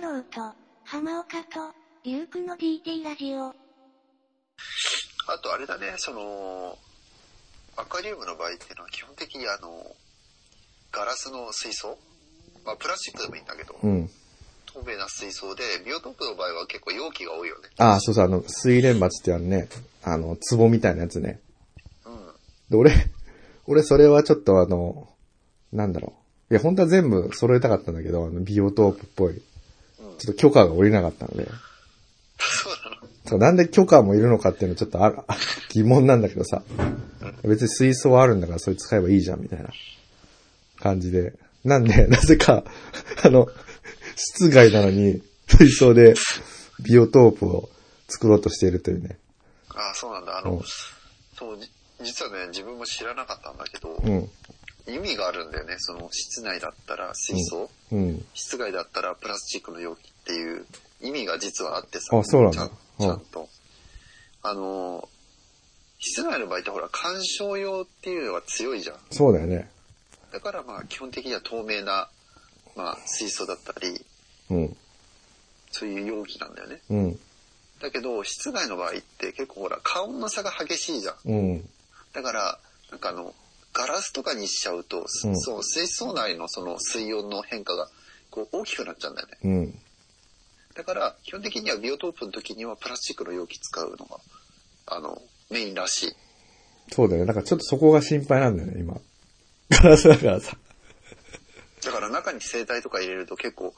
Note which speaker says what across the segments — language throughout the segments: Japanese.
Speaker 1: ローと、浜岡と、リュークの DT ラジオ。
Speaker 2: あとあれだね、その、アクアリウムの場合っていうのは基本的にあの、ガラスの水槽まあプラスチックでもいいんだけど、
Speaker 3: うん。
Speaker 2: 透明な水槽で、ビオトープの場合は結構容器が多いよね。
Speaker 3: ああ、そうそう、あの、水蓮鉢ってあのね、あの、壺みたいなやつね。
Speaker 2: うん。
Speaker 3: で、俺、俺それはちょっとあの、なんだろう。いや、本当は全部揃えたかったんだけど、あの、ビオトープっぽい。ちょっと許可が下りなかったので。
Speaker 2: そうなの
Speaker 3: そうなんで許可もいるのかっていうのちょっとあ る疑問なんだけどさ。別に水槽あるんだからそれ使えばいいじゃんみたいな感じで。なんで、 なぜか、あの、室外なのに水槽でビオトープを作ろうとしているというね。
Speaker 2: ああ、そうなんだ。あ
Speaker 3: うん
Speaker 2: の、そう、じ実はね、自分も知らなかったんだけど、
Speaker 3: うん。
Speaker 2: 意味があるんだよね。その、室内だったら水槽、
Speaker 3: うん。
Speaker 2: 室外だったらプラスチックの容器っていう意味が実はあってさ。
Speaker 3: あそうなんだ
Speaker 2: ちゃんちゃんと。あの、室内の場合ってほら、観賞用っていうのが強いじゃん。
Speaker 3: そうだよね。
Speaker 2: だからまあ、基本的には透明な、まあ、水槽だったり、
Speaker 3: うん。
Speaker 2: そういう容器なんだよね。
Speaker 3: うん。
Speaker 2: だけど、室外の場合って結構ほら、高温の差が激しいじゃん。
Speaker 3: うん。
Speaker 2: だから、なんかあの、ガラスとかにしちゃうと、す
Speaker 3: うん
Speaker 2: そう、水槽内のその水温の変化が、こう、大きくなっちゃうんだよね。
Speaker 3: うん。
Speaker 2: だから、基本的にはビオトープの時にはプラスチックの容器使うのが、あの、メインらしい。
Speaker 3: そうだよね。なんかちょっとそこが心配なんだよね、今。 ガラスだからさ。
Speaker 2: だから中に生体とか入れると結構、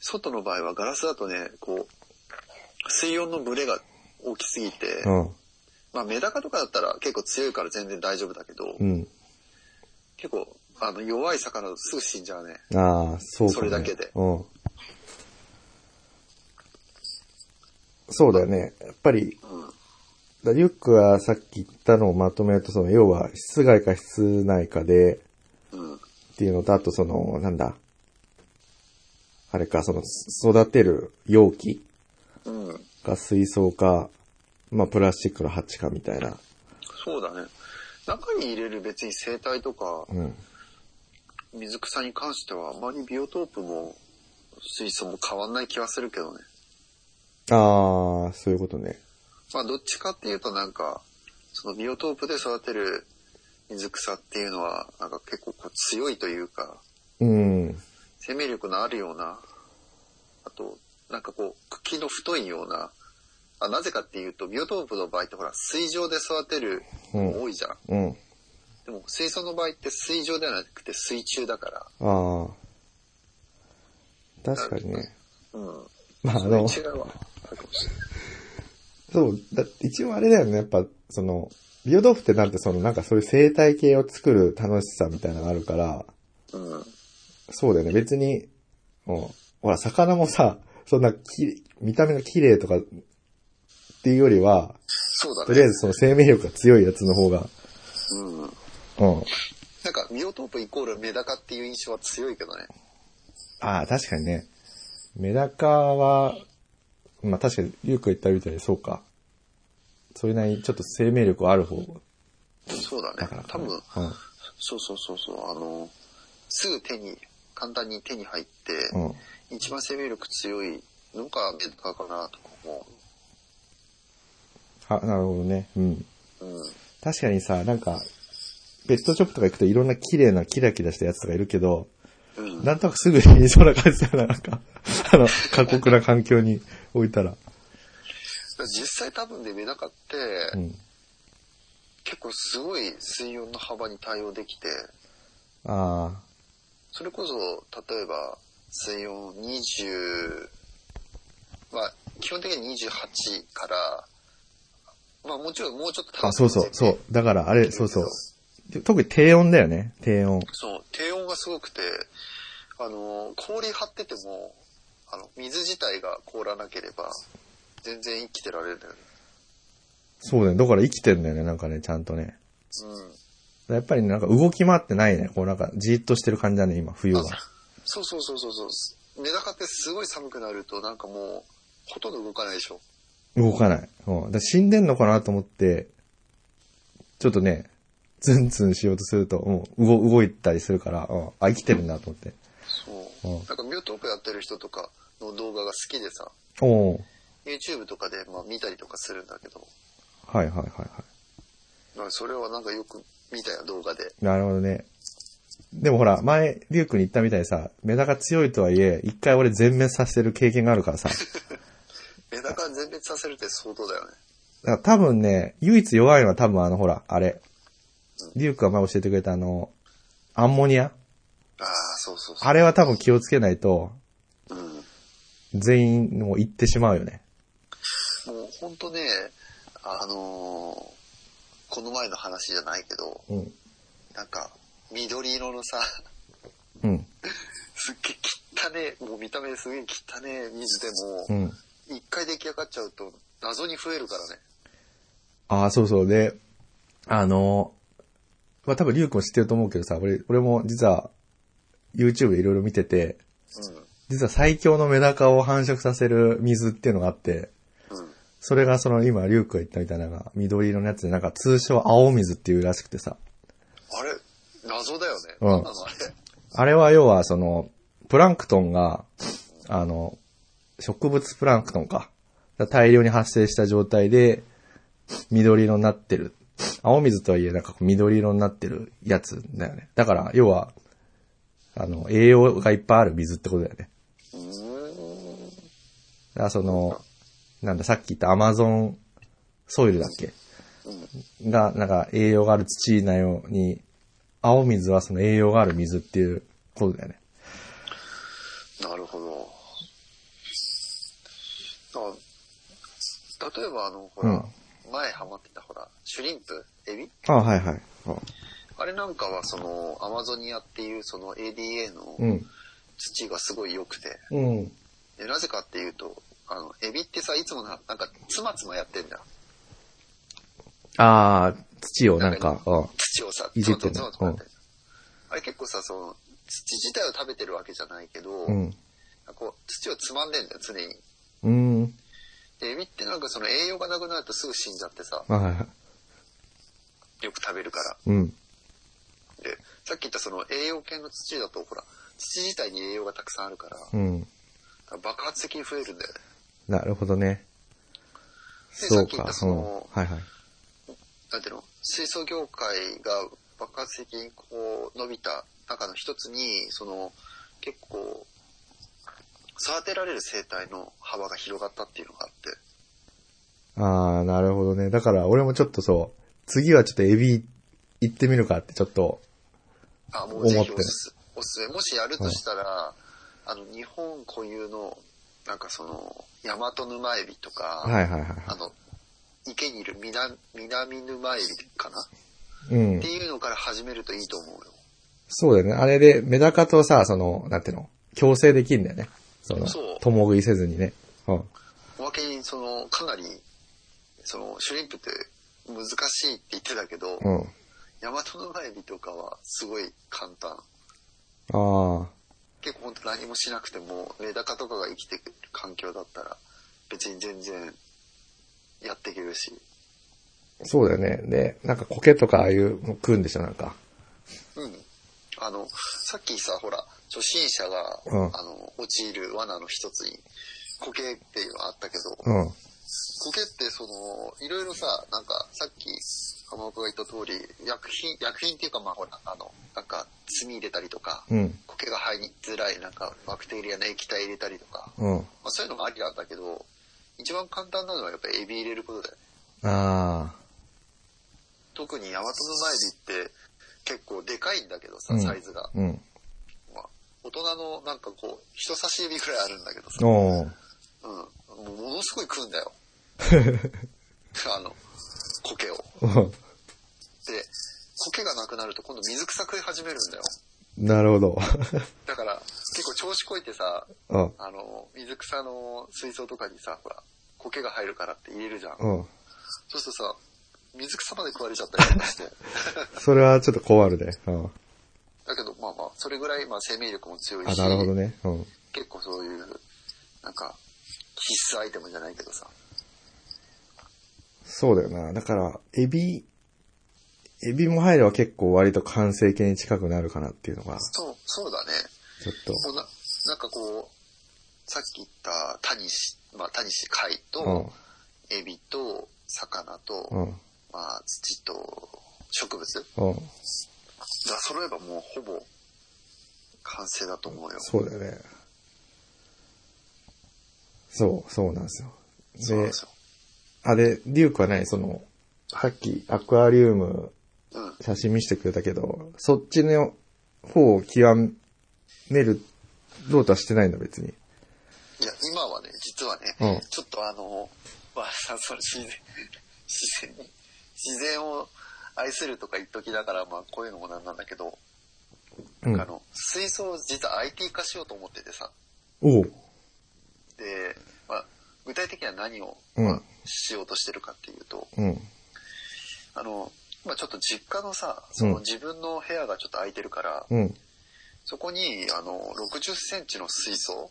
Speaker 2: 外の場合はガラスだとね、こう、水温のブレが大きすぎて、
Speaker 3: うん。
Speaker 2: まあメダカとかだったら結構強いから全然大丈夫だけど、
Speaker 3: うん。
Speaker 2: 結構、あの、弱い魚だとすぐ死んじゃうね。
Speaker 3: ああ、そうか、ね。
Speaker 2: それだけで
Speaker 3: うん。そうだよね。やっぱり、
Speaker 2: うん。
Speaker 3: だリュックはさっき言ったのをまとめると、その、要は、室外か室内かで、
Speaker 2: うん。
Speaker 3: っていうのと、あとその、なんだ。あれか、その、育てる容器
Speaker 2: うん。
Speaker 3: か水槽か、まあ、プラスチックの鉢かみたいな。
Speaker 2: そうだね。中に入れる別に生態とか
Speaker 3: うん。
Speaker 2: 水草に関してはあまりビオトープも水槽も変わんない気はするけどね。
Speaker 3: ああ、そういうことね。
Speaker 2: まあどっちかっていうとなんか、そのビオトープで育てる水草っていうのはなんか結構こう強いというか、
Speaker 3: うん。
Speaker 2: 生命力のあるような、あと、なんかこう、茎の太いような、あなぜかっていうと、ビオトープの場合ってほら、水上で育てるの多いじゃん。
Speaker 3: うん。
Speaker 2: でも、水槽の場合って水上ではなくて水中だから、
Speaker 3: ああ。確かにね。
Speaker 2: うん。
Speaker 3: まあ、あ
Speaker 2: それ違
Speaker 3: の、
Speaker 2: いはあるかもしれない。
Speaker 3: そう、だって一応あれだよね、やっぱ、その、ビオドープってなんてその、なんかそういう生態系を作る楽しさみたいなのがあるから、
Speaker 2: うん。
Speaker 3: そうだよね、別に、うん、ほら、魚もさ、そんなき、見た目が綺麗とか、っていうよりは、
Speaker 2: そうだね。
Speaker 3: とりあえずその生命力が強いやつの方が、
Speaker 2: うん。
Speaker 3: うん。
Speaker 2: なんか、ミオトープイコールメダカっていう印象は強いけどね。
Speaker 3: ああ、確かにね。メダカは、まあ確かに、リュウクが言ったみたいにそうか。それなりにちょっと生命力ある方
Speaker 2: そうだ
Speaker 3: だ
Speaker 2: ね
Speaker 3: から。。
Speaker 2: 多分、
Speaker 3: うん。
Speaker 2: そうそうそうそう、あの、すぐ手に、簡単に手に入って、
Speaker 3: うん。
Speaker 2: 一番生命力強いのがメダカかなとか思
Speaker 3: あ、なるほどね。うん。
Speaker 2: う。うん。
Speaker 3: 確かにさ、なんか、ペットショップとか行くといろんな綺麗なキラキラしたやつとかいるけど、
Speaker 2: うん。
Speaker 3: なんとなくすぐ死にそうな感じだよな、なんか。 あの、過酷な環境に置いたら。
Speaker 2: 実際多分ね、メダカって、
Speaker 3: うん。
Speaker 2: 結構すごい水温の幅に対応できて、
Speaker 3: ああ、
Speaker 2: それこそ、例えば、水温20、まあ、基本的に28から、まあもちろんもうちょっと高。
Speaker 3: あ、そうそう、そうう。だから、あれ、そうそう。で特に低温だよね、低温。
Speaker 2: そう、低温がすごくて、あの、氷張ってても、あの、水自体が凍らなければ、全然生きてられるんだよね。
Speaker 3: そうだよね。だから生きてんだよね、なんかね、ちゃんとね。
Speaker 2: うん。
Speaker 3: やっぱりねなんか動き回ってないね。こうなんか、じーっとしてる感じだね、今、冬は。
Speaker 2: そうそうそうそうそう。メダカってすごい寒くなると、なんかもう、ほとんど動かないでしょ。
Speaker 3: 動かない。うん。だから死んでんのかなと思って、ちょっとね、ツンツンしようとすると、うん、動動いたりするから、うん、あ、生きてるんだと思って。
Speaker 2: そう。
Speaker 3: うん
Speaker 2: なんかミュートークやってる人とかの動画が好きでさ、
Speaker 3: おー
Speaker 2: YouTube とかでまあ見たりとかするんだけど、
Speaker 3: はいはいはいは
Speaker 2: まあそれはなんかよく見たよ、動画で。
Speaker 3: い。なるほどね。でもほら、前、リュウ君に言ったみたいにさ、メダカ強いとはいえ、一回俺全滅させてる経験があるからさ。
Speaker 2: メダカ全滅させるって相当だよね。
Speaker 3: だから多分ね、唯一弱いのは多分あのほら、あれ。リュウ君が前教えてくれたあの、アンモニア
Speaker 2: ああ、そうそうそう。
Speaker 3: あれは多分気をつけないと、
Speaker 2: うん。
Speaker 3: 全員もう行ってしまうよね。
Speaker 2: もうほんとね、あのーこの前の話じゃないけど、
Speaker 3: うん。
Speaker 2: なんか、緑色のさ、
Speaker 3: うん。
Speaker 2: すっげえ汚ねえ、もう見た目すげえ汚ねえ水で
Speaker 3: う
Speaker 2: も、
Speaker 3: ん。
Speaker 2: 一、回出来上がっちゃうと、謎に増えるからね。
Speaker 3: ああ、そうそう。で、あの、まあ、多分リュウ君も知ってると思うけどさ、俺、俺も実は、YouTube でいろいろ見てて、実は最強のメダカを繁殖させる水っていうのがあって、
Speaker 2: うん。うん。
Speaker 3: それがその今、リュウ君が言ったみたいなのが、緑色のやつで、なんか通称青水っていうらしくてさ、
Speaker 2: あれ、謎だよね。
Speaker 3: うん
Speaker 2: なんなのあれ。
Speaker 3: あれは要はその、プランクトンが、あの、植物プランクトンか。が大量に発生した状態で、緑色になってる。青水とはいえ、なんかこう緑色になってるやつだよね。だから、要は、あの、栄養がいっぱいある水ってことだよね。
Speaker 2: うーん。
Speaker 3: だからその、なんだ、さっき言ったアマゾンソイルだっけが、なんか栄養がある土なように、青水はその栄養がある水っていうことだよね。
Speaker 2: なるほど。だから例えばあの、ほら、前ハマってたほら、シュリンプ、エビ
Speaker 3: あはいはい。あ
Speaker 2: あれなんかはその、アマゾニアっていうその ADA の
Speaker 3: うん。
Speaker 2: 土がすごい良くて、
Speaker 3: うん。
Speaker 2: でなぜかっていうと、あの、エビってさ、いつもななんか、つまつまやってんだよ。
Speaker 3: ああ、土をなん
Speaker 2: なん
Speaker 3: か
Speaker 2: か、
Speaker 3: うん。
Speaker 2: 土をさ、
Speaker 3: い
Speaker 2: つ
Speaker 3: じっ
Speaker 2: ま
Speaker 3: て
Speaker 2: つま
Speaker 3: ん
Speaker 2: つま
Speaker 3: だ
Speaker 2: つまやってんだよあれ結構さ、その、土自体を食べてるわけじゃないけど、
Speaker 3: うん。
Speaker 2: こう、土をつまんでんだよ、常に。
Speaker 3: うん。
Speaker 2: で、エビってなんかその栄養がなくなるとすぐ死んじゃってさ、
Speaker 3: はいはいはい。
Speaker 2: よく食べるから。
Speaker 3: うん。
Speaker 2: で、さっき言ったその栄養系の土だと、ほら、土自体に栄養がたくさんあるから、
Speaker 3: うん。
Speaker 2: 爆発的に増えるんだよね。
Speaker 3: なるほどね。
Speaker 2: で
Speaker 3: そ
Speaker 2: さ
Speaker 3: う
Speaker 2: っき言っ
Speaker 3: か
Speaker 2: た、そ
Speaker 3: うん。
Speaker 2: の
Speaker 3: はいはい。
Speaker 2: なんていうの水素業界が爆発的にこう伸びた中の一つに、その結構育てられる生態の幅が広がったっていうのがあって、
Speaker 3: ああ、なるほどね。だから、俺もちょっとそう、次はちょっとエビ行ってみるかって、ちょっと、
Speaker 2: あ、もうぜ
Speaker 3: 思って
Speaker 2: ひおすすおすすめ。もしやるとしたら、あの、日本固有の、なんかその、ヤマト沼エビとか、
Speaker 3: はいはいはい
Speaker 2: あ
Speaker 3: は
Speaker 2: の、池にいる南南沼エビかな、
Speaker 3: い。うん
Speaker 2: って。いうのから始めるといいと思うよ。
Speaker 3: そうだよね。あれで、メダカとさ、その、なんていうの、共生できるんだよね。その
Speaker 2: そう、
Speaker 3: 共食いせずにね。うん。
Speaker 2: おまけに、その、かなり、その、シュリンプって難しいって言ってたけど、
Speaker 3: うん。
Speaker 2: ヤマトのエビとかはすごい簡単。
Speaker 3: ああ、
Speaker 2: 結構ほんと何もしなくても、メダカとかが生きてくる環境だったら、別に全然やっていけるし。
Speaker 3: そうだよね。で、なんか苔とかああいうの食うんでしょ、なんか。
Speaker 2: うん。あの、さっきさ、ほら、初心者が、
Speaker 3: うん
Speaker 2: あの、陥る罠の一つに、苔っていうのがあったけど、
Speaker 3: うん。
Speaker 2: 苔ってその、いろいろさ、なんかさっき、浜岡が言った通り、薬品、薬品っていうかまあほら、あの、なんか炭入れたりとか、
Speaker 3: うん。
Speaker 2: 苔が入りづらい、なんかバクテリアの液体入れたりとか、
Speaker 3: うん。
Speaker 2: まあそういうのもありなんだけど、一番簡単なのはやっぱエビ入れることだよね。
Speaker 3: ああ。
Speaker 2: 特にヤマトの前ビって結構でかいんだけど
Speaker 3: う
Speaker 2: さ、
Speaker 3: ん
Speaker 2: サイズが。
Speaker 3: うん。
Speaker 2: まあ、大人のなんかこう、人差し指ぐらいあるんだけどさ、
Speaker 3: おー
Speaker 2: うん。もうものすごい食うんだ よ。あの、苔を。
Speaker 3: うん
Speaker 2: で、苔がなくなると今度水草食い始めるんだよ。
Speaker 3: なるほど。
Speaker 2: だから、結構調子こいてさ、
Speaker 3: うん。
Speaker 2: あの、水草の水槽とかにさ、ほら、苔が入るからって入れるじゃん。
Speaker 3: うん。
Speaker 2: そうするとさ、水草まで食われちゃったりとか して。
Speaker 3: それはちょっと困るね。うん。
Speaker 2: だけど、まあまあ、それぐらい、まあ、生命力も強い
Speaker 3: あ、
Speaker 2: し、
Speaker 3: なるほどね。うん。
Speaker 2: 結構そういう、なんか、必須アイテムじゃないけどさ。
Speaker 3: そうだよな。だから、エビ、エビも入れば結構割と完成形に近くなるかなっていうのが、
Speaker 2: そう、そうだね。
Speaker 3: ちょっと。
Speaker 2: もうななんかこう、さっき言った、タニシ、まあ、タニシ貝
Speaker 3: うん
Speaker 2: と、。エビと、魚と、
Speaker 3: うん。
Speaker 2: まあ、土と、植物が
Speaker 3: うん。
Speaker 2: 揃えばもうほぼ、完成だと思うよ。
Speaker 3: そうだよね。そう、そうなんですよ。
Speaker 2: そうなんですよ。
Speaker 3: あれ、リュウクは何その、さっきアクアリウム
Speaker 2: うん。
Speaker 3: 写真見せてくれたけど、そっちの方を極める、どうとはしてないんだ別に。
Speaker 2: いや、今はね、実はね、
Speaker 3: うん
Speaker 2: ちょっとあの、 まあ、さそれ自然、自然に、自然を愛するとか一時だから、まあ、こういうのもなんなんだけど、
Speaker 3: うん
Speaker 2: あ。の、水槽を実は IT 化しようと思っててさ、
Speaker 3: おう。
Speaker 2: で、まあ、具体的には何を
Speaker 3: うん。
Speaker 2: しようとしてるかっていうと、
Speaker 3: うん。
Speaker 2: あの、まあ、ちょっと実家のさ、
Speaker 3: う
Speaker 2: そ
Speaker 3: ん
Speaker 2: の自分の部屋がちょっと空いてるから、
Speaker 3: うん。
Speaker 2: そこに、あの、60センチの水槽、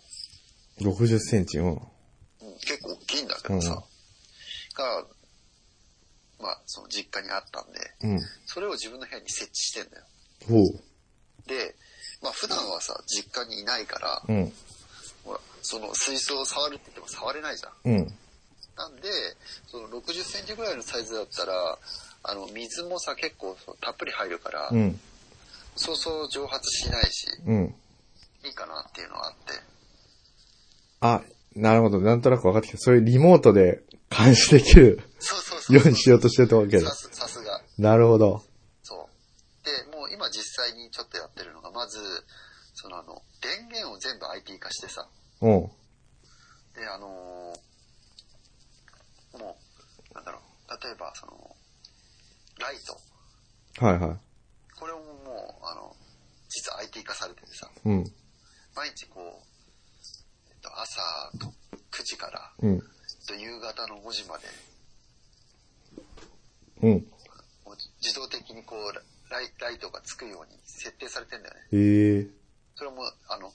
Speaker 3: 60センチ。う
Speaker 2: う
Speaker 3: ん。
Speaker 2: ん結構大きいんだけどさ、
Speaker 3: うん
Speaker 2: が、まあ、その実家にあったんで、
Speaker 3: うん。
Speaker 2: それを自分の部屋に設置してんだよ。
Speaker 3: おう。
Speaker 2: で、まあ普段はさ、実家にいないから、
Speaker 3: うん。
Speaker 2: ほら、その水槽を触るって言っても触れないじゃん。
Speaker 3: うん。
Speaker 2: なんで、その60センチぐらいのサイズだったら、あの、水もさ、結構そうたっぷり入るから、
Speaker 3: うん。
Speaker 2: そうそう蒸発しないし、
Speaker 3: うん。
Speaker 2: いいかなっていうのはあって。
Speaker 3: あ、なるほど。なんとなく分かってきた。そういうリモートで監視できる
Speaker 2: そうそうそうそう。
Speaker 3: ようにしようとしてたわけだ
Speaker 2: さ。すさすが。
Speaker 3: なるほど。
Speaker 2: そう。で、もう今実際にちょっとやってるのが、まず、そのあの、電源を全部 IT 化してさ、
Speaker 3: うん。
Speaker 2: で、あのーもう、なんだろう、例えば、その、ライト。
Speaker 3: はいは
Speaker 2: これももう、あの、実は IT 化されててさ、
Speaker 3: い。うん。
Speaker 2: 毎日こう、えっと、朝と9時から、
Speaker 3: うん。
Speaker 2: えっと、夕方の5時まで、
Speaker 3: うん。
Speaker 2: もう自動的にこうライ、ライトがつくように設定されてんだよね。
Speaker 3: へえ。
Speaker 2: それも、あの、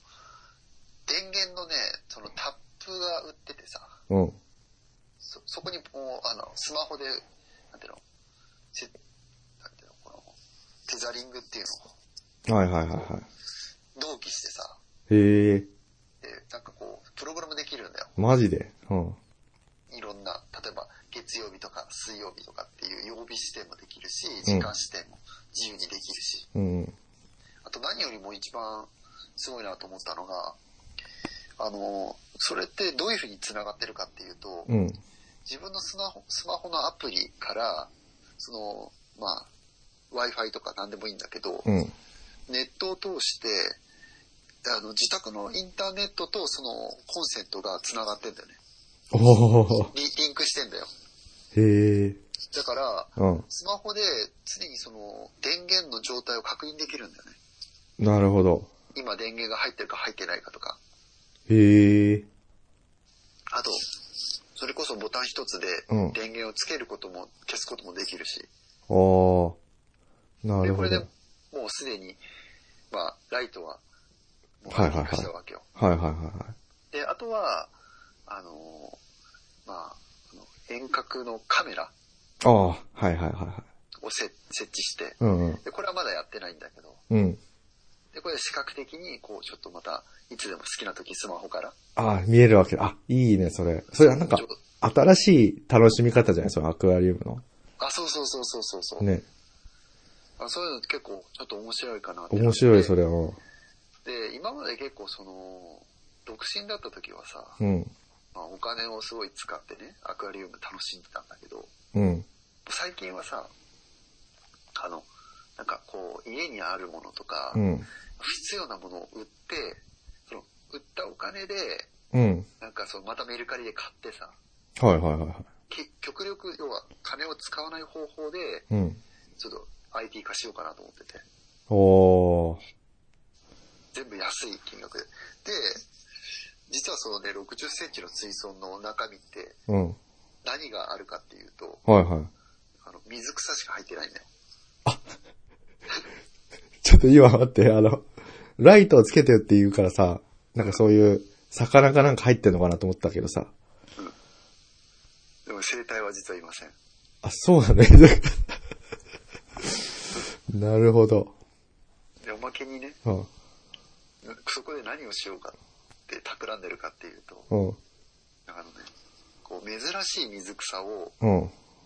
Speaker 2: 電源のね、そのタップが売っててさ、
Speaker 3: うん。
Speaker 2: そ、そこにもう、あの、スマホで、なんていうの、せなんていうの、この、テザリングっていう
Speaker 3: はいはいはいは
Speaker 2: のを同期してさ、
Speaker 3: い。へえ。
Speaker 2: で、なんかこう、プログラムできるんだよ。
Speaker 3: マジで。うん。
Speaker 2: いろんな、例えば、月曜日とか水曜日とかっていう曜日指定もできるし、時間指定も自由にできるし、
Speaker 3: うん。
Speaker 2: あと何よりも一番すごいなと思ったのが、あの、それってどういうふうに繋がってるかっていうと、
Speaker 3: うん。
Speaker 2: 自分のスマホスマホのアプリから、その、まあ、Wi-Fi とか何でもいいんだけど、
Speaker 3: うん。
Speaker 2: ネットを通して、あの、自宅のインターネットとそのコンセントが繋がってんだよね。
Speaker 3: おお。
Speaker 2: リリンクしてんだよ。
Speaker 3: へえ。
Speaker 2: だから、
Speaker 3: うん。
Speaker 2: スマホで常にその電源の状態を確認できるんだよね。
Speaker 3: なるほど。
Speaker 2: 今電源が入ってるか入ってないかとか。
Speaker 3: へえ。
Speaker 2: あと、それこそボタン一つで
Speaker 3: うん
Speaker 2: 電源をつけることも消すこともできるし。
Speaker 3: ああ。な
Speaker 2: で、
Speaker 3: る
Speaker 2: こ
Speaker 3: ほ
Speaker 2: れで。
Speaker 3: ど
Speaker 2: もうすでに、まあ、ライトは、もう
Speaker 3: はいはいはい
Speaker 2: 入荷したわけよ。
Speaker 3: はいはいはいは
Speaker 2: で、あとは、あのーまあ、あの遠隔のカメラ
Speaker 3: い。ああ。はいはいはいは
Speaker 2: をせ設置して
Speaker 3: い。、うんうん。
Speaker 2: で、これはまだやってないんだけど、
Speaker 3: うん。
Speaker 2: で、これ視覚的に、こう、ちょっとまた、いつでも好きな時スマホから、
Speaker 3: ああ、見えるわけだ。あ、いいね、それ。それはなんか、新しい楽しみ方じゃないそのアクアリウムの。
Speaker 2: あ、そうそうそうそうそうそう、
Speaker 3: ね。
Speaker 2: あ。そういうの結構、ちょっと面白いかなって
Speaker 3: 面白い、そ
Speaker 2: れ。
Speaker 3: れは。
Speaker 2: で、今まで結構、その、独身だった時はさ、
Speaker 3: うん。
Speaker 2: まあ、お金をすごい使ってね、アクアリウム楽しんでたんだけど、
Speaker 3: うん。
Speaker 2: 最近はさあのなんかこう家にあるものとか、
Speaker 3: うん。
Speaker 2: 不必要なものを売ってその売ったお金で
Speaker 3: うん。
Speaker 2: なんかそのまたメルカリで買ってさ
Speaker 3: はいはいはいはい。
Speaker 2: き極力要は金を使わない方法で
Speaker 3: うん。
Speaker 2: ちょっと IT 化しようかなと思ってて
Speaker 3: おー。
Speaker 2: 全部安い金額でで実はそのね6 0センチの水槽の中身って
Speaker 3: うん。
Speaker 2: 何があるかっていうと
Speaker 3: はいはい。
Speaker 2: あの水草しか入ってないんだよ
Speaker 3: ちょっと今待って、あの、ライトをつけてよって言うからさ、なんかそういう、魚かなんか入ってんのかなと思ったけどさ。
Speaker 2: でも生態は実はいません
Speaker 3: あ、そうなんだね。 なるほど。
Speaker 2: でおまけにね
Speaker 3: うん。
Speaker 2: そこで何をしようかって企んでるかっていうと、
Speaker 3: うん。
Speaker 2: あのね、こう珍しい水草を、
Speaker 3: うん。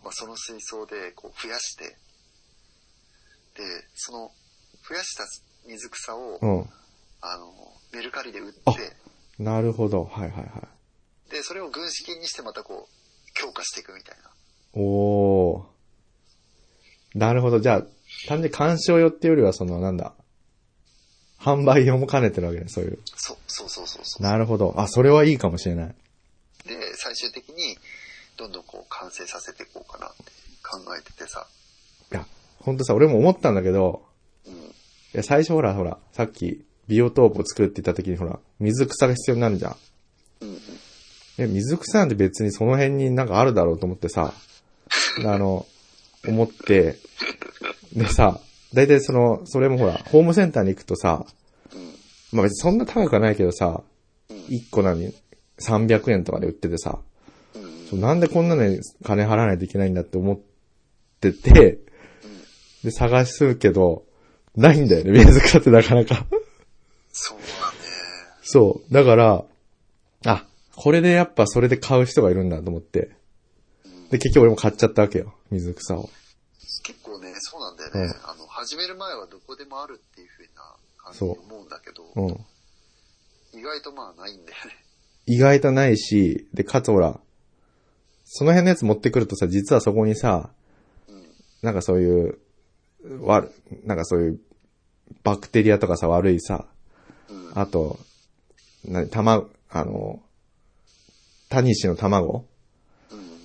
Speaker 2: まあ、その水槽でこう増やして、で、その増やした水草を、
Speaker 3: う
Speaker 2: あの、メルカリで売って、
Speaker 3: ん。なるほど。はいはいは
Speaker 2: で、それを軍資金にしてまたこう、強化していくみたいな。
Speaker 3: い。おー。なるほど。じゃあ、単純に鑑賞用っていうよりは、その、なんだ。販売用も兼ねてるわけね、そういう。
Speaker 2: そう、そうそうそうそう。
Speaker 3: なるほど。あ、それはいいかもしれない。
Speaker 2: で、最終的に、どんどんこう完成させていこうかなって考えててさ。
Speaker 3: いや、ほんとさ、俺も思ったんだけど、
Speaker 2: うん。
Speaker 3: いや、最初ほらほら、さっき、ビオトープを作るって言った時にほら、水草が必要になるじゃん。
Speaker 2: うん。
Speaker 3: いや、水草なんて別にその辺になんかあるだろうと思っ てさ、あの、思って、でさ、大体その、それもほら、ホームセンターに行くとさ、
Speaker 2: うん。
Speaker 3: まあ別にそんな高くはないけどさ、
Speaker 2: うん。
Speaker 3: 1個何 ?300 円とかで売っててさ、
Speaker 2: うん。うん。
Speaker 3: そうなんでこんなのに金払わないといけないんだって思ってて、で、探すけど、ないんだよね、水草ってなかなか。
Speaker 2: そうだね。
Speaker 3: そう。だから、あ、これでやっぱそれで買う人がいるんだと思って。で、結局俺も買っちゃったわけよ。水草を。
Speaker 2: 結構ね、そうなんだよね。あの、始める前はどこでもあるっていう風な感じに
Speaker 3: そう
Speaker 2: 思うんだけど、
Speaker 3: うん。
Speaker 2: 意外とまあないんだよね。
Speaker 3: 意外とないし、で、かつほら、その辺のやつ持ってくるとさ、実はそこにさ、
Speaker 2: うん。
Speaker 3: なんかそういう、わ、なんかそういう、バクテリアとかさ、悪いさ、
Speaker 2: うん。
Speaker 3: あと、な、卵、あの、タニシの卵
Speaker 2: うん。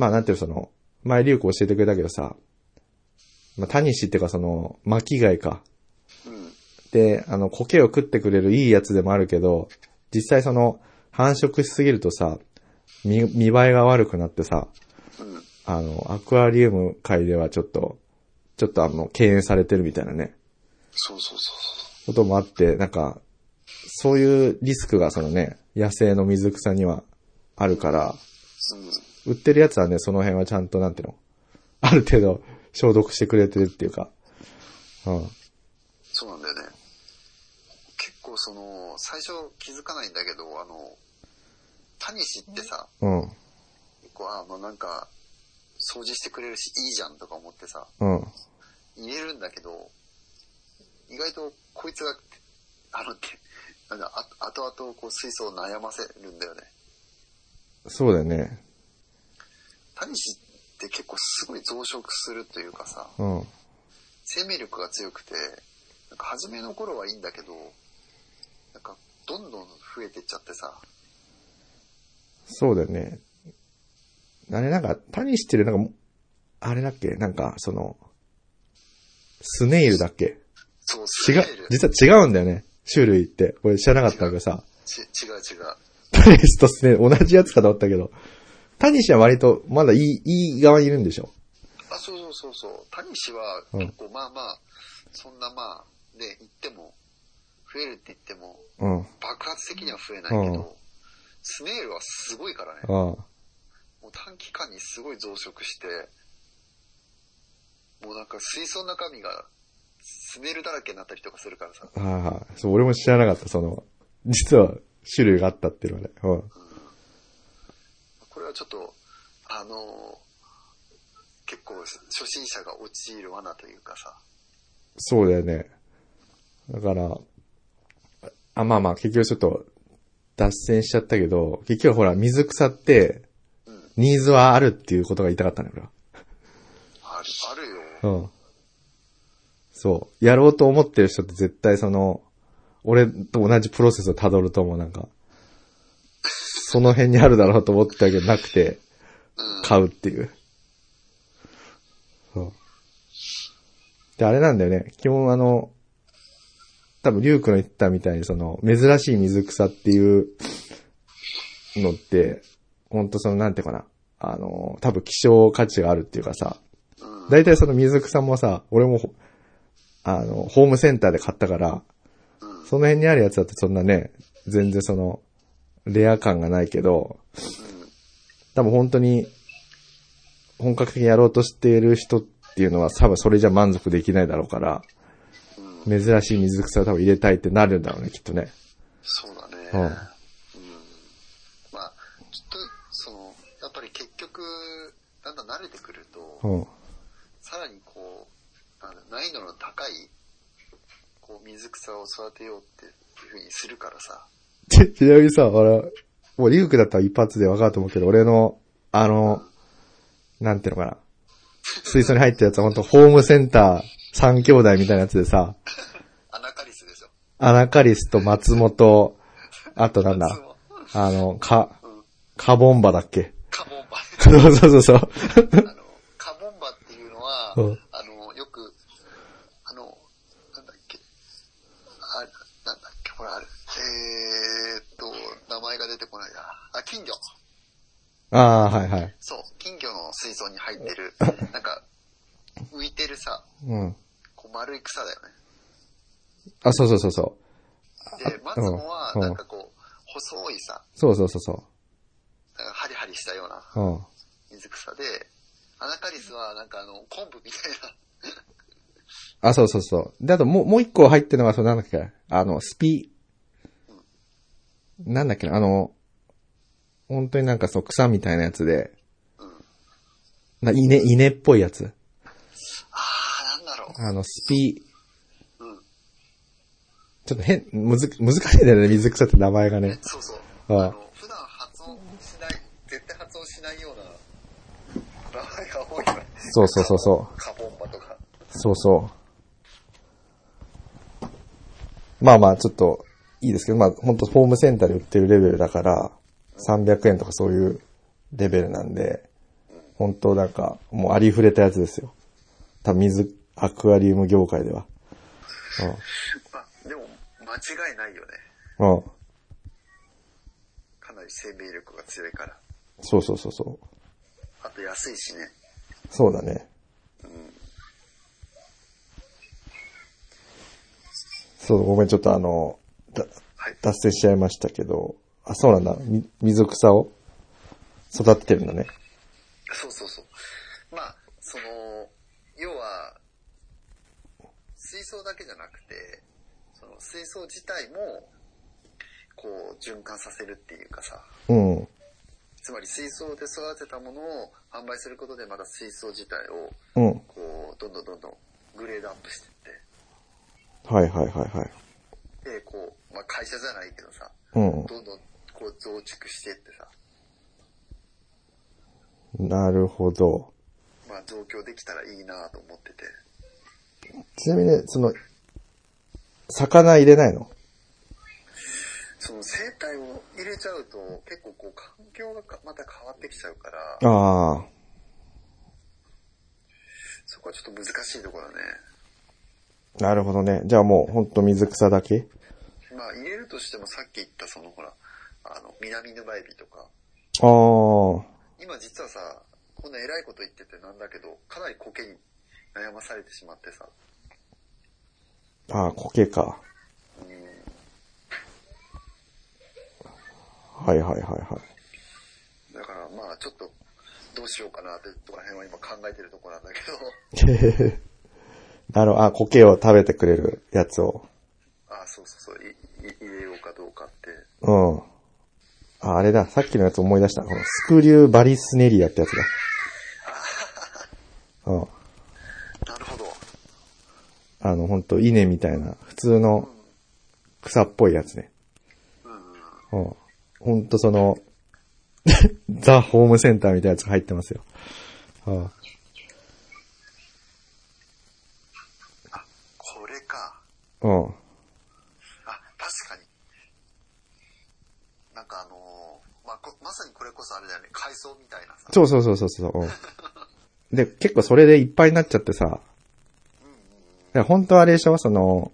Speaker 3: まあなんていうのその、前リュウコ教えてくれたけどさ、まあタニシっていうかその、巻貝か。
Speaker 2: うん。
Speaker 3: で、あの、苔を食ってくれるいいやつでもあるけど、実際その、繁殖しすぎるとさ、見、見栄えが悪くなってさ、
Speaker 2: うん。
Speaker 3: あの、アクアリウム界ではちょっと、ちょっとあの、敬遠されてるみたいなね、
Speaker 2: そうそうそうそう。
Speaker 3: こともあって、なんか、そういうリスクがそのね、野生の水草にはあるから、
Speaker 2: うん、
Speaker 3: 売ってるやつはね、その辺はちゃんと、なんていうの ある程度、消毒してくれてるっていうか。うん。
Speaker 2: そうなんだよね。結構その、最初気づかないんだけど、あの、タニシってさ、
Speaker 3: うん。
Speaker 2: 結構、あ、まあなんか、掃除してくれるし、いいじゃんとか思ってさ、
Speaker 3: うん。
Speaker 2: 入れるんだけど、意外とこいつが、あの、てなんだ、あ後々こう水素を悩ませるんだよね。
Speaker 3: そうだよね。
Speaker 2: タニシって結構すごい増殖するというかさ、
Speaker 3: うん。
Speaker 2: 生命力が強くて、なんか初めの頃はいいんだけど、なんかどんどん増えてっちゃってさ、
Speaker 3: そうだよね。あれなんか、タニシってるなんかも、あれだっけなんか、その、スネイルだっけ
Speaker 2: そう、
Speaker 3: 違う
Speaker 2: スネイル、
Speaker 3: 実は違うんだよね。種類って。俺知らなかったけどさ、
Speaker 2: ち違う違う。
Speaker 3: タニシとスネイル、同じやつかと思ったけど、タニシは割と、まだいい、いい側にいるんでしょ
Speaker 2: あ、そうそうそうそう。タニシは
Speaker 3: うん
Speaker 2: 結構まあまあ、そんなまあ、ね、言っても、増えるって言っても、
Speaker 3: うん。
Speaker 2: 爆発的には増えないけど、
Speaker 3: うん
Speaker 2: スネイルはすごいからね。
Speaker 3: ああ。
Speaker 2: もう短期間にすごい増殖して、もうなんか水槽の中身がスネイルだらけになったりとかするからさ。
Speaker 3: はいはい。そう、俺も知らなかった、その、実は種類があったっていうのはね。うん。
Speaker 2: これはちょっと、あのー結構初心者が陥る罠というかさ。
Speaker 3: そうだよね。だから、あ、まあまあ、結局ちょっと、脱線しちゃったけど、結局ほら、水草って、ニーズはあるっていうことが言いたかったね、俺は。
Speaker 2: ある、あるよ。
Speaker 3: うん。そう。やろうと思ってる人って絶対その、俺と同じプロセスを辿ると思う、なんか。その辺にあるだろうと思ってたけど、なくて、買うっていう。そう。で、あれなんだよね。基本あの、多分、リュウクの言ったみたいに、その、珍しい水草っていうのって、ほんとその、なんていうかな。あの、多分、希少価値があるっていうかさ、
Speaker 2: うん。
Speaker 3: 大体その水草もさ、俺もほ、あの、ホームセンターで買ったから、
Speaker 2: うん。
Speaker 3: その辺にあるやつだってそんなね、全然その、レア感がないけど、多分本当に、本格的にやろうとしている人っていうのは多分それじゃ満足できないだろうから、
Speaker 2: うん。うん。
Speaker 3: 珍しい水草を多分入れたいってなるんだろうね、きっとね。
Speaker 2: そうだね。
Speaker 3: うん
Speaker 2: うん。まあ、きっと、その、やっぱり結局、だんだん慣れてくると、
Speaker 3: うん。
Speaker 2: さらにこう、あの難易度の高い、こう、水草を育てようっていうふうにするからさ。
Speaker 3: ち、ちなみにさ、俺、もうリュウクだったら一発でわかると思うけど、俺の、あの、なんていうのかな。水槽に入ったやつは本当ホームセンター三兄弟みたいなやつでさ、
Speaker 2: アナカリスでしょ。
Speaker 3: アナカリスと松本、あとなん
Speaker 2: そ
Speaker 3: だ、
Speaker 2: の
Speaker 3: あの、か、カボンバだっけ
Speaker 2: カボンバ。
Speaker 3: そうそうそうそう。
Speaker 2: あ の、カボンバっていうのは、
Speaker 3: うん
Speaker 2: あの、よく、あの、なんだっけ、あれ、なんだっけ、これあれ、えーっと、名前が出てこないな。あ、金魚。
Speaker 3: ああー、はいはい。
Speaker 2: そう、金魚の水槽に入って る、なんか、浮いてるさ、
Speaker 3: うん。
Speaker 2: こう丸い草だよね。
Speaker 3: あ、そうそうそうそう。
Speaker 2: で、マツモは、
Speaker 3: うん
Speaker 2: なんかこう、細いさ、
Speaker 3: そうそうそうそ
Speaker 2: なんかハリハリしたような
Speaker 3: う。うん。
Speaker 2: 水草で、アナカリスはなんかあの、昆布みたいな、
Speaker 3: あ、そうそうそう。で、あともう、もう一個入ってるのが、そのなんだっけ、あの、スピ、なんだっけな、あの、本当になんかそう、草みたいなやつで、な、稲、稲っぽいやつ。
Speaker 2: あー、なんだろう。
Speaker 3: あの、ス
Speaker 2: う
Speaker 3: ピ、
Speaker 2: ん
Speaker 3: ちょっと変、むず、難しいんだよね、水草って名前がね。
Speaker 2: そうそう。
Speaker 3: ああ
Speaker 2: あの、普段発音しない、絶対発音しないような名前が多いよね。。
Speaker 3: そうそうそうそう
Speaker 2: カボンバとか。
Speaker 3: そうそう。まあまあ、ちょっと、いいですけど、まあ、本当ホームセンターで売ってるレベルだから、300円とかそういうレベルなんで、本当なんか、もうありふれたやつですよ。多分水、アクアリウム業界では。
Speaker 2: まあ、でも、間違いないよね。
Speaker 3: うん。うん。
Speaker 2: かなり生命力が強いから。
Speaker 3: そうそうそうそう。
Speaker 2: あと安いしね。
Speaker 3: そうだね。そう、ごめん、ちょっとあの、だ
Speaker 2: はい
Speaker 3: 脱線しちゃいましたけど、あ、そうなんだ。み水草を育ててるんだね。
Speaker 2: そうそうそう。まあ、その、要は、水槽だけじゃなくて、その水槽自体も、こう、循環させるっていうかさ、
Speaker 3: うん。
Speaker 2: つまり水槽で育てたものを販売することでまた水槽自体を
Speaker 3: うん。
Speaker 2: こうどんどんどんどんグレードアップしてい
Speaker 3: はいはいはいはい。
Speaker 2: ってでこう、まあ、会社じゃないけどさ
Speaker 3: う
Speaker 2: どんどんこう増築してってさ、
Speaker 3: ん。なるほど。
Speaker 2: まあ、増強できたらいいなと思ってて
Speaker 3: ちなみにね、その、魚入れないの
Speaker 2: その生態を入れちゃうと結構こう環境がかまた変わってきちゃうから
Speaker 3: ああ。
Speaker 2: そこはちょっと難しいところだね
Speaker 3: なるほどね。じゃあもう、ほんと水草だけ
Speaker 2: まあ入れるとしてもさっき言ったそのほらあの南沼エビとか
Speaker 3: ああ。
Speaker 2: 今実はさ、こんな偉いこと言っててなんだけど、かなり苔に悩まされてしまってさ、
Speaker 3: ああ、苔か。はいはいはいはい。
Speaker 2: だからまあちょっとどうしようかなってとこら辺は今考えてるところなんだけど、
Speaker 3: なるほど。あ、苔を食べてくれるやつを。
Speaker 2: ああ、そうそうそう、いい入れようかどうかって。
Speaker 3: うん。あ、あれだ。さっきのやつ思い出した。このスクリューバリスネリアってや つだ。うん。
Speaker 2: なるほど。
Speaker 3: あの、ほんと、稲みたいな、普通の草っぽいやつね。うん。ほんとその、 ザ・ホームセンターみたいなやつが入ってますよ。うん。
Speaker 2: これか。
Speaker 3: うん。
Speaker 2: あ、確かに。なんかあのーまあこ、まさにこれこそあれだよね、海藻みたいなさ。
Speaker 3: そうそうそうそうそう、うん。で、結構それでいっぱいになっちゃってさ。いや、本当はあれでしょその、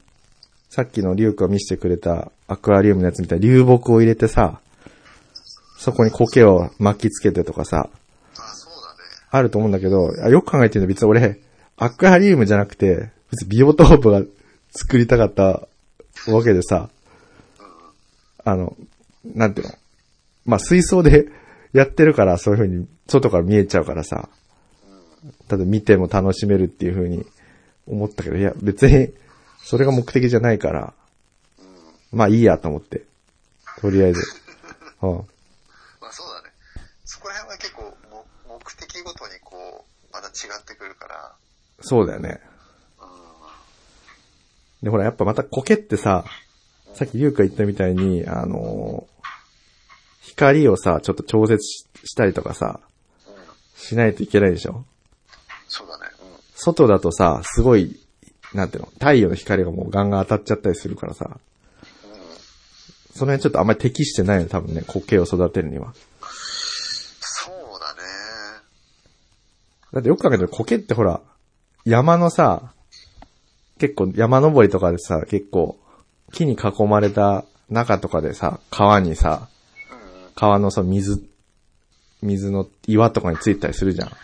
Speaker 3: さっきのリュウクが見せてくれたアクアリウムのやつみたいに流木を入れてさ、そこに苔を巻きつけてとかさ、
Speaker 2: あ、そうだね。
Speaker 3: あると思うんだけど、あよく考えてると別に俺、アクアリウムじゃなくて、別にビオトープが作りたかったわけでさ、あの、なんていうのまあ、水槽で やってるから、そういう風に外から見えちゃうからさ、ただ見ても楽しめるっていう風に思ったけど、いや、別にそれが目的じゃないから、
Speaker 2: うん。
Speaker 3: まあいいやと思って。とりあえず。うん。
Speaker 2: まあそうだね。そこら辺は結構も目的ごとにこう、また違ってくるから、
Speaker 3: そうだよね。
Speaker 2: う
Speaker 3: で、ほら、やっぱまた苔ってさ、さっき龍う言ったみたいに、あのー光をさ、ちょっと調節ししたりとかさ、
Speaker 2: ん。うん。
Speaker 3: しないといけないでしょ
Speaker 2: そうだね。
Speaker 3: 外だとさ、すごい、なんていうの、太陽の光がもうガンガン当たっちゃったりするからさ、
Speaker 2: うん。うん。
Speaker 3: その辺ちょっとあんまり適してないの、多分ね、苔を育てるには。
Speaker 2: そうだね。
Speaker 3: だってよく考えたら苔ってほら、山のさ、結構山登りとかでさ、結構木に囲まれた中とかでさ、川にさ、
Speaker 2: うん。うん。
Speaker 3: 川のさ、水、水の岩とかについてたりするじゃん。だ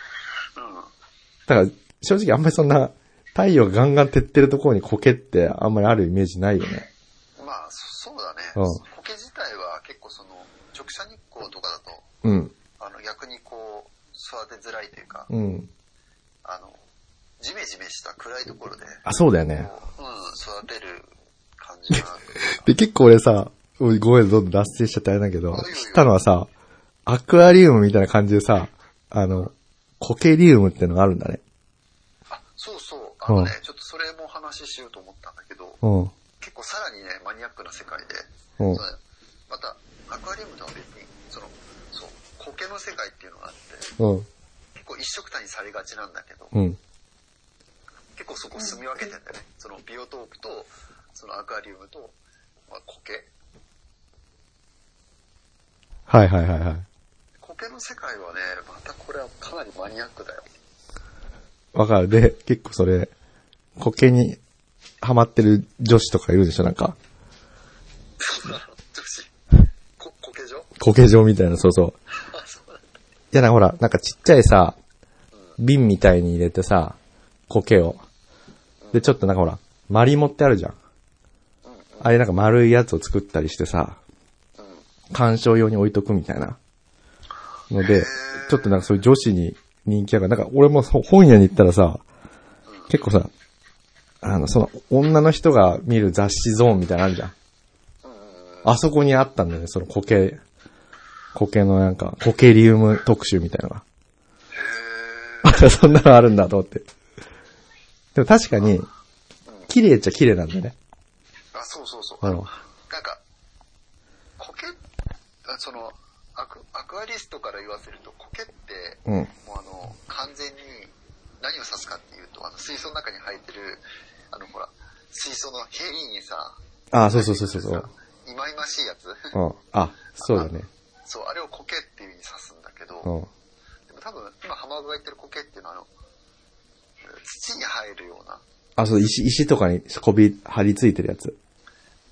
Speaker 3: から正直あんまりそんな太陽がガンガン照ってるところに苔ってあんまりあるイメージないよね。
Speaker 2: まあ、そそうだね。
Speaker 3: うん
Speaker 2: 苔自体は結構その、直射日光とかだと、
Speaker 3: うん。
Speaker 2: あの、逆にこう、育てづらいというか、
Speaker 3: うん。
Speaker 2: あの、ジメジメした暗いところで、
Speaker 3: あ、そうだよね。
Speaker 2: こう、うん、育てる感じ が、
Speaker 3: で、結構俺さ、ごめん、どんどん脱線しちゃってあれだけど、
Speaker 2: いいよ
Speaker 3: 知ったのはさ、アクアリウムみたいな感じでさ、あの、コケリウムってのがあるんだね。
Speaker 2: あ、そうそう、あのね
Speaker 3: う、
Speaker 2: ちょっとそれも話ししようと思ったんだけど、
Speaker 3: うん。
Speaker 2: 結構さらにね、マニアックな世界で、
Speaker 3: うん
Speaker 2: そ。のまた、アクアリウムとは別に、その、そう、苔の世界っていうのがあって、
Speaker 3: うん。
Speaker 2: 結構一色単にされがちなんだけど、
Speaker 3: うん。
Speaker 2: 結構そこ住み分けてんだよね。そのビオトープと、そのアクアリウムと、まあ、苔。
Speaker 3: はいはいはいはい。
Speaker 2: 苔の世界はね、またこれはかなりマニアックだよ。
Speaker 3: わかる。で、結構それ、コケにハマってる女子とかいるでしょなんか、
Speaker 2: 女子、こ、苔状
Speaker 3: コケ状 みたいな、そうそう。
Speaker 2: あ、そうなんだ。
Speaker 3: いや、なんかほら、なんかちっちゃいさ、瓶みたいに入れてさ、苔を。で、ちょっとなんかほら、マリモってあるじゃん。あれなんか丸いやつを作ったりしてさ、鑑賞用に置いとくみたいな。ので、ちょっとなんかそういう女子に人気だから、なんか俺もそう本屋に行ったらさ、結構さ、あの、その女の人が見る雑誌ゾーンみたいなのあるじゃん。あそこにあったんだよね、その苔、苔のなんか、苔リウム特集みたいな のが。あそんなのあるんだと思って。でも確かに、綺麗っちゃ綺麗なんだよね。
Speaker 2: あ、そうそうそう。
Speaker 3: あの、
Speaker 2: なんか、苔、あその、アク、アクアリストから言わせると、苔って、
Speaker 3: うん。
Speaker 2: もうあの、完全に何を指すかっていうと、あの、水槽の中に生えてる、あの、ほら、水槽の平易にさ、
Speaker 3: あ、そうそうそうそうそう。
Speaker 2: いまいましいやつ。
Speaker 3: うん。あ、そうだね。
Speaker 2: そう、あれを苔っていう意味に指すんだけど、
Speaker 3: うん。
Speaker 2: でも多分、今浜田が言ってる苔っていうのは、あの、土に生えるような、
Speaker 3: あ、そう、石、石とかにこび、張り付いてるやつ。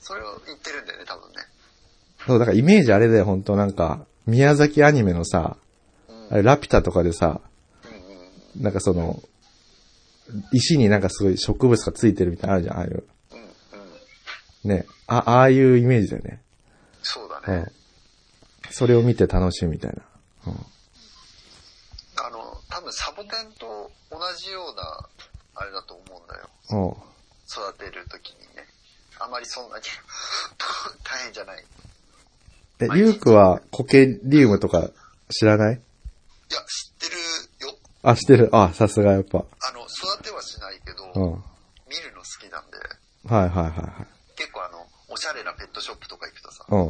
Speaker 2: それを言ってるんだよね、多分ね。
Speaker 3: そう、だからイメージあれだよ、本当なんか、宮崎アニメのさ、あれ、ラピュタとかでさ、なんかその、石になんかすごい植物がついてるみたいなのあるじゃん、ああいう。ね、あ、ああいうイメージだよね。
Speaker 2: そうだ
Speaker 3: う
Speaker 2: ね。
Speaker 3: ん。それを見て楽しいみたいな。
Speaker 2: あの、多分サボテンと同じような、あれだと思うんだよ。
Speaker 3: うん。うん。
Speaker 2: 育てるときにね。あまりそんなに 大変じゃない。
Speaker 3: え、リュウクはコケリウムとか知らない
Speaker 2: いや、知ってるよ。
Speaker 3: あ、してる。あ、さすがやっぱ。
Speaker 2: あの、育てはしないけど、
Speaker 3: うん。はい
Speaker 2: 見るの好きなんで、
Speaker 3: はいはいはい。
Speaker 2: 結構あの、おしゃれなペットショップとか行くとさ、
Speaker 3: うん。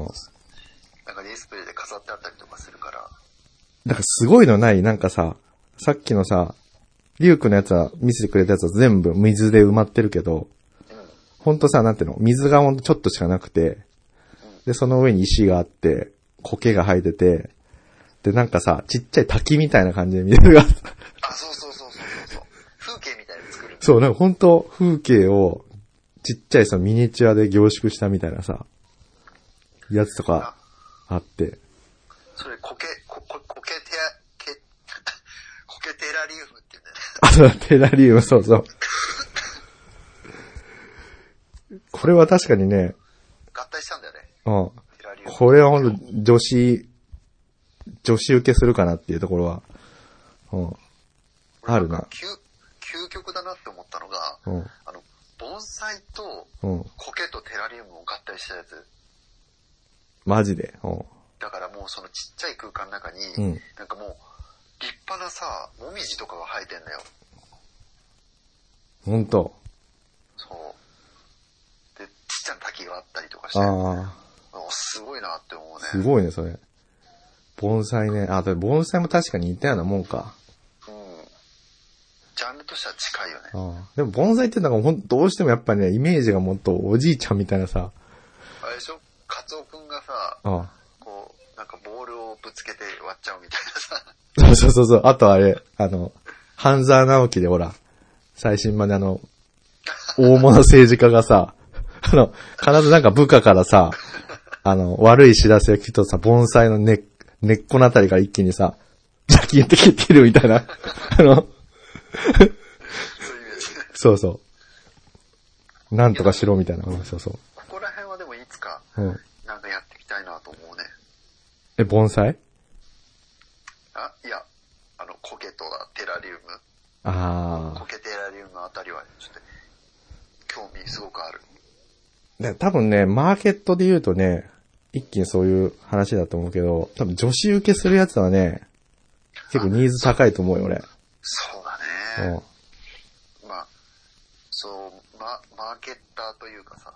Speaker 2: なんかディスプレイで飾ってあったりとかするから、
Speaker 3: だからすごいのないなんかさ、さっきのさ、リュウクのやつは、見せてくれたやつは全部水で埋まってるけど、ほんとさ、なんていうの、水がほんとちょっとしかなくて、で、その上に石があって、苔が生えてて、で、なんかさ、ちっちゃい滝みたいな感じで水が、
Speaker 2: あ、そうそうそうそうそうそう。風景みたいに作る。
Speaker 3: そう、なんかほんと風景をちっちゃいさミニチュアで凝縮したみたいなさ、やつとかあって。
Speaker 2: それ、苔、こ、こ、苔テラ、け、 苔テラリウムって言うんだよね。
Speaker 3: あとはテラリウム、そうそう。これは確かにね、
Speaker 2: 合体したんだよね。
Speaker 3: うん。
Speaker 2: テラリウム。
Speaker 3: これはほんと女子、女子受けするかなっていうところは、うん。あるな。
Speaker 2: 究、究極だなって思ったのが、
Speaker 3: うん
Speaker 2: あの、盆栽と
Speaker 3: うん。
Speaker 2: 苔とテラリウムを合体したやつ。
Speaker 3: マジで。うん。
Speaker 2: だからもうそのちっちゃい空間の中に、
Speaker 3: うん
Speaker 2: なんかもう、立派なさ、もみじとかが生えてんだよ。
Speaker 3: ほんと。
Speaker 2: そう。で、ちっちゃな滝があったりとかして、
Speaker 3: ああ、
Speaker 2: おすごいなって思うね。
Speaker 3: すごいね、それ。盆栽ね。あ、でも盆栽も確かに似たようなもんか。
Speaker 2: うん。ジャンルとしては近いよね。
Speaker 3: ああ。でも盆栽ってなんかほん、どうしてもやっぱね、イメージがもっとおじいちゃんみたいなさ。
Speaker 2: あれでしょカツオくんがさ、
Speaker 3: あ
Speaker 2: こう、なんかボールをぶつけて割っちゃうみたいなさ。
Speaker 3: あ。そうそうそう。あとあれ、あの、半沢直樹でほら、最新版であの、大物政治家がさ、 あの、必ずなんか部下からさ、あの、悪い知らせを聞くとさ、盆栽の根っ、根っこのあたりから一気にさ、ジャキンって切ってるみたいな。あ
Speaker 2: そうい
Speaker 3: の、
Speaker 2: うイメージ。
Speaker 3: そうそう。なんとかしろみたいな。うんそうそ
Speaker 2: ここら辺はでもいつか、
Speaker 3: う。うん。
Speaker 2: なんかやっていきたいなと思うね。
Speaker 3: え、盆栽
Speaker 2: あ、いや、あの、コケとかテラリウム、コ
Speaker 3: あ
Speaker 2: ケテラリウムあたりは、ちょっと、興味すごくある。
Speaker 3: あ。で多分ね、マーケットで言うとね、一気にそういう話だと思うけど、多分女子受けするやつはね、結構ニーズ高いと思うよ、俺。
Speaker 2: そうだ
Speaker 3: う
Speaker 2: ね。
Speaker 3: ん。
Speaker 2: まあ、そう、ま、マーケッターというかさ、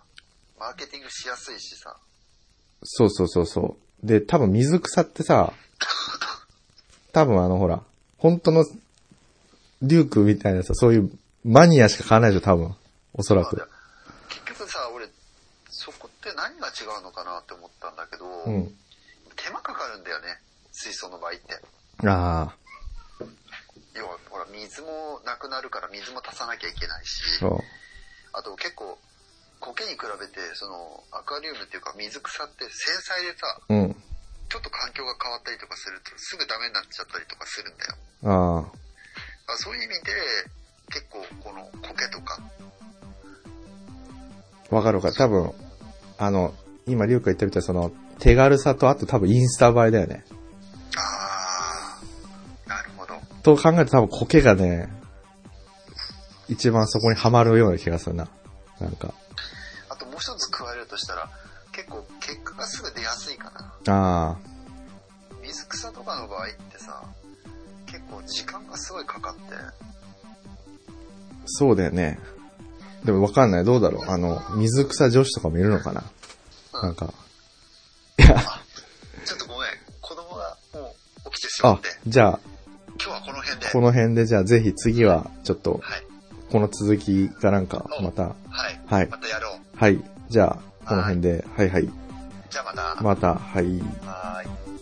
Speaker 2: マーケティングしやすいしさ、
Speaker 3: そうそうそうそう。で、多分水草ってさ、多分あのほら、本当の、リュークみたいなさ、そういうマニアしか買わないでしょ、多分。おそら
Speaker 2: まあで
Speaker 3: く。
Speaker 2: 結局さ、俺、そこって何が違うのかなって思ったんだけど、
Speaker 3: うん。
Speaker 2: 手間かかるんだよね、水槽の場合って。
Speaker 3: あ
Speaker 2: 要は、ほら、水もなくなるから水も足さなきゃいけない
Speaker 3: あ、
Speaker 2: し、
Speaker 3: そう。
Speaker 2: あと結構、苔に比べて、その、アクアリウムっていうか水草って繊細でさ、
Speaker 3: うん。
Speaker 2: ちょっと環境が変わったりとかすると、すぐダメになっちゃったりとかするんだよ。
Speaker 3: ああ。
Speaker 2: あそういう意味で、結構この苔とか、
Speaker 3: わかるわかる。多分、あの、今、りゅうか言ったみたいに、その、手軽さと、あと多分インスタ映えだよね。
Speaker 2: あー、なるほど。
Speaker 3: と考えると多分苔がね、一番そこにはまるような気がするな。なんか。
Speaker 2: あともう一つ加えるとしたら、結構結果がすぐ出やすいかな。
Speaker 3: あ
Speaker 2: 水草とかの場合ってさ、結構時間がすごいかかって、
Speaker 3: あ、そうだよね。でもわかんない。どうだろう。あの、水草女子とかもいるのかな。なんか。いや、
Speaker 2: ちょっとごめん、子供がもう起きてしま
Speaker 3: あ
Speaker 2: って、、
Speaker 3: じゃあ、
Speaker 2: 今日はこの辺で。
Speaker 3: この辺で、じゃあぜひ次は、ちょっと、
Speaker 2: はい。
Speaker 3: この続きがなんか、また、
Speaker 2: はい。
Speaker 3: はい
Speaker 2: またやろう。
Speaker 3: はい。じゃあ、この辺で、はいはい。
Speaker 2: じゃあまた。
Speaker 3: また、はい。
Speaker 2: はーい。